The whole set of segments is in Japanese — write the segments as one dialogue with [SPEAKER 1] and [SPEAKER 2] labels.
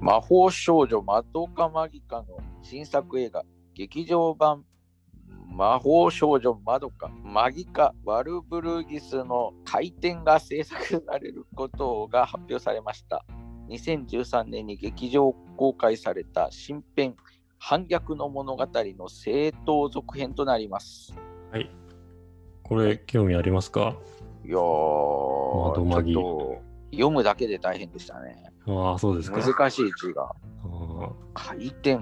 [SPEAKER 1] 魔法少女マドカマギカの新作映画、劇場版魔法少女マドカマギカワルブルギスの回転が制作されることが発表されました。2013年に劇場公開された新編反逆の物語の正当続編となります。
[SPEAKER 2] はい。これ、興味ありますか
[SPEAKER 1] いやー、
[SPEAKER 2] 窓まぎ
[SPEAKER 1] ちょっと読むだけで大変でしたね。
[SPEAKER 2] ああ、そうですか。
[SPEAKER 1] 難しい字が。
[SPEAKER 2] あー
[SPEAKER 1] 回転、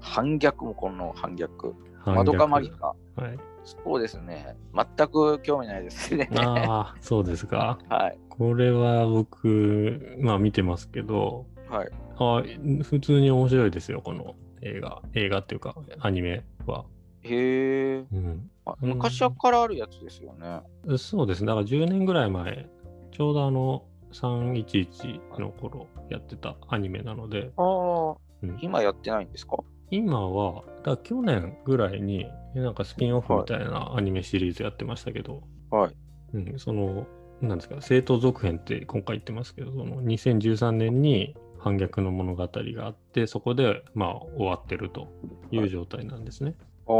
[SPEAKER 1] 反逆もこの反逆。
[SPEAKER 2] 反逆
[SPEAKER 1] 窓かまぎか。
[SPEAKER 2] はい。
[SPEAKER 1] そうですね。全く興味ないですね。
[SPEAKER 2] ああ、そうですか。
[SPEAKER 1] はい。
[SPEAKER 2] これは僕、まあ見てますけど、
[SPEAKER 1] はい。
[SPEAKER 2] あ普通に面白いですよ、この映画。映画っていうか、アニメは。
[SPEAKER 1] へえ。
[SPEAKER 2] うん。
[SPEAKER 1] あ
[SPEAKER 2] うん
[SPEAKER 1] 昔からあるやつですよね。
[SPEAKER 2] そうですね。だから10年ぐらい前、ちょうどあの、311の頃やってたアニメなので、
[SPEAKER 1] ああ。
[SPEAKER 2] うん
[SPEAKER 1] 今やってないんですか
[SPEAKER 2] 今は、だから去年ぐらいに、なんかスピンオフみたいなアニメシリーズやってましたけど、
[SPEAKER 1] はい。
[SPEAKER 2] うん、その、なんですか、正当続編って今回言ってますけど、その2013年に反逆の物語があって、そこで、まあ、終わってるという状態なんですね。
[SPEAKER 1] お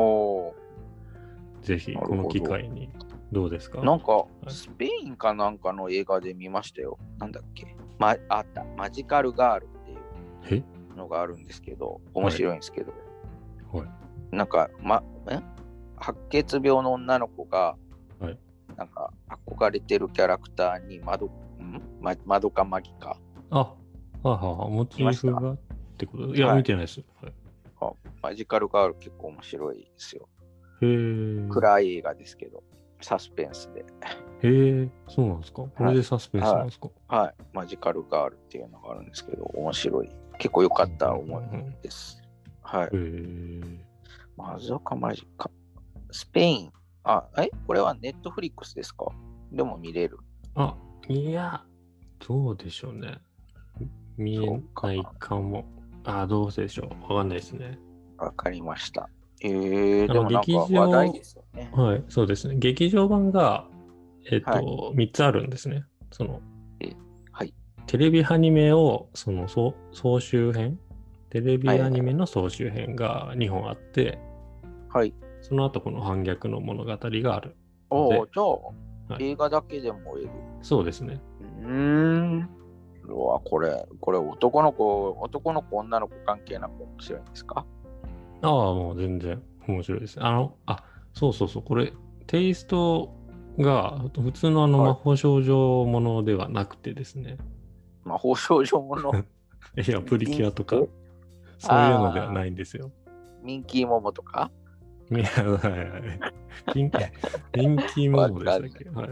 [SPEAKER 1] お
[SPEAKER 2] ぜひ、この機会に、どうですか
[SPEAKER 1] ー。なんか、
[SPEAKER 2] い
[SPEAKER 1] スペインかなんかの映画で見ましたよ。なんだっけ。ま、あった。マジカルガールっていう。
[SPEAKER 2] え
[SPEAKER 1] のがあるんですけど、面白いんですけど、
[SPEAKER 2] はい
[SPEAKER 1] なんか、ま、え白血病の女の子が、
[SPEAKER 2] はい
[SPEAKER 1] なんか憧れてるキャラクターに窓、んま、窓かマギか。
[SPEAKER 2] あ、はあはあ、モチーフがってこといや、
[SPEAKER 1] はい
[SPEAKER 2] 見てないです。はい、
[SPEAKER 1] マジカルガール結構面白いですよ。
[SPEAKER 2] へえ。
[SPEAKER 1] 暗い映画ですけど、サスペンスで。
[SPEAKER 2] へえ、そうなんですか。これでサスペンスなんですか。
[SPEAKER 1] はい。マジカルガールっていうのがあるんですけど、面白い。結構良かった思い
[SPEAKER 2] うん
[SPEAKER 1] です。はい。
[SPEAKER 2] へえ。
[SPEAKER 1] マジかマジか。スペイン。あ、えこれはネットフリックスですかでも見れる。
[SPEAKER 2] あ、いや、どうでしょうね。見えないかも。あ、どうでしょう。わかんないですね。
[SPEAKER 1] わかりました。えー、
[SPEAKER 2] あ
[SPEAKER 1] で
[SPEAKER 2] の
[SPEAKER 1] もなんか
[SPEAKER 2] 劇場
[SPEAKER 1] 話題ですよね。
[SPEAKER 2] はい、そうですね。劇場版が、えっ、と、
[SPEAKER 1] は
[SPEAKER 2] 3つあるんですね。その、
[SPEAKER 1] えはい。
[SPEAKER 2] テレビアニメを、その、総総集編テレビアニメの総集編が2本あって、
[SPEAKER 1] はい。
[SPEAKER 2] その後この反逆の物語がある。
[SPEAKER 1] おお、
[SPEAKER 2] で
[SPEAKER 1] じゃあ、
[SPEAKER 2] はい
[SPEAKER 1] 映画だけでもえる。
[SPEAKER 2] そうですね。
[SPEAKER 1] うーん。うわ、これ、これ男の子、男の子、女の子関係なく面白いんですか
[SPEAKER 2] ああ、もう全然面白いです。あの、あ、そうそうそう、これ、テイストが普通のあの
[SPEAKER 1] はい
[SPEAKER 2] 魔法少女ものではなくてですね、
[SPEAKER 1] 魔法少女もの、
[SPEAKER 2] い、や、プリキュアとか
[SPEAKER 1] え、
[SPEAKER 2] そういうのではないんですよ。
[SPEAKER 1] ミンキーモモとか、
[SPEAKER 2] いや、はいはい。ピン キー、ピンキーモモでしたっけ、はい、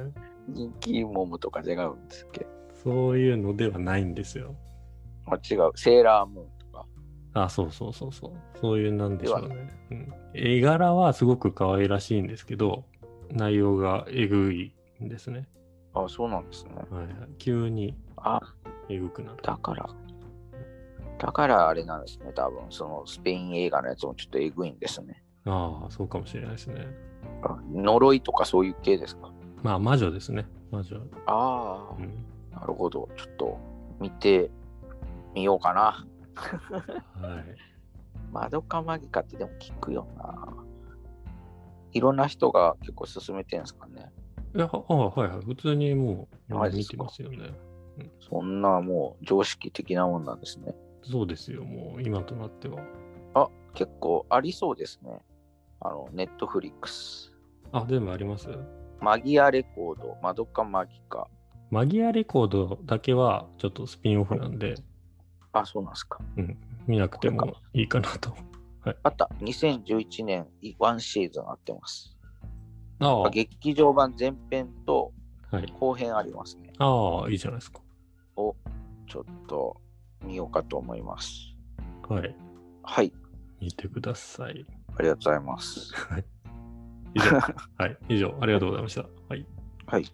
[SPEAKER 1] ミンキーモモとか違うんですっけ
[SPEAKER 2] そういうのではないんですよ。
[SPEAKER 1] あ違う、セーラームーンとか。
[SPEAKER 2] あ、そうそうそうそう。そういうなんでしょうね。うん、絵柄はすごく可愛らしいんですけど、内容がえぐいんですね。
[SPEAKER 1] あ、そうなんですね。
[SPEAKER 2] はいはい、急に
[SPEAKER 1] あ、
[SPEAKER 2] えぐくなる。
[SPEAKER 1] だから、だからあれなんですね、多分。そのスペイン映画のやつもちょっとえぐいんですね。
[SPEAKER 2] ああ、そうかもしれないですね。
[SPEAKER 1] あ呪いとかそういう系ですか
[SPEAKER 2] まあ、魔女ですね。魔女。
[SPEAKER 1] ああ、
[SPEAKER 2] うん。
[SPEAKER 1] なるほど。ちょっと見てみようかな。
[SPEAKER 2] はい。
[SPEAKER 1] マドカマギカってでも聞くよな。いろんな人が結構勧めてるんですかね。
[SPEAKER 2] いや、ああはいはい。普通にもう、
[SPEAKER 1] マジっ
[SPEAKER 2] 見
[SPEAKER 1] す
[SPEAKER 2] て
[SPEAKER 1] か
[SPEAKER 2] ますよね。
[SPEAKER 1] そんなもう常識的なもんなんですね。
[SPEAKER 2] そうですよ、もう、今となっては。
[SPEAKER 1] あ、結構ありそうですね。あの、ネットフリックス。
[SPEAKER 2] あ、全部あります
[SPEAKER 1] マギアレコード、マドカマギカ。
[SPEAKER 2] マギアレコードだけは、ちょっとスピンオフなんで、
[SPEAKER 1] あ、そうなんですか。
[SPEAKER 2] 見なくて
[SPEAKER 1] これ
[SPEAKER 2] もいいかなと。
[SPEAKER 1] あった、2011年、ワンシーズンあってます。
[SPEAKER 2] ああ、は
[SPEAKER 1] 劇場版前編と
[SPEAKER 2] い。
[SPEAKER 1] 後編ありますね。
[SPEAKER 2] ああ、いいじゃないですか。
[SPEAKER 1] をちょっと見ようかと思います。
[SPEAKER 2] はい。
[SPEAKER 1] はい、
[SPEAKER 2] 見てください。
[SPEAKER 1] ありがとうございます。
[SPEAKER 2] はい。以上、はい。以上、ありがとうございました。はい。
[SPEAKER 1] はい。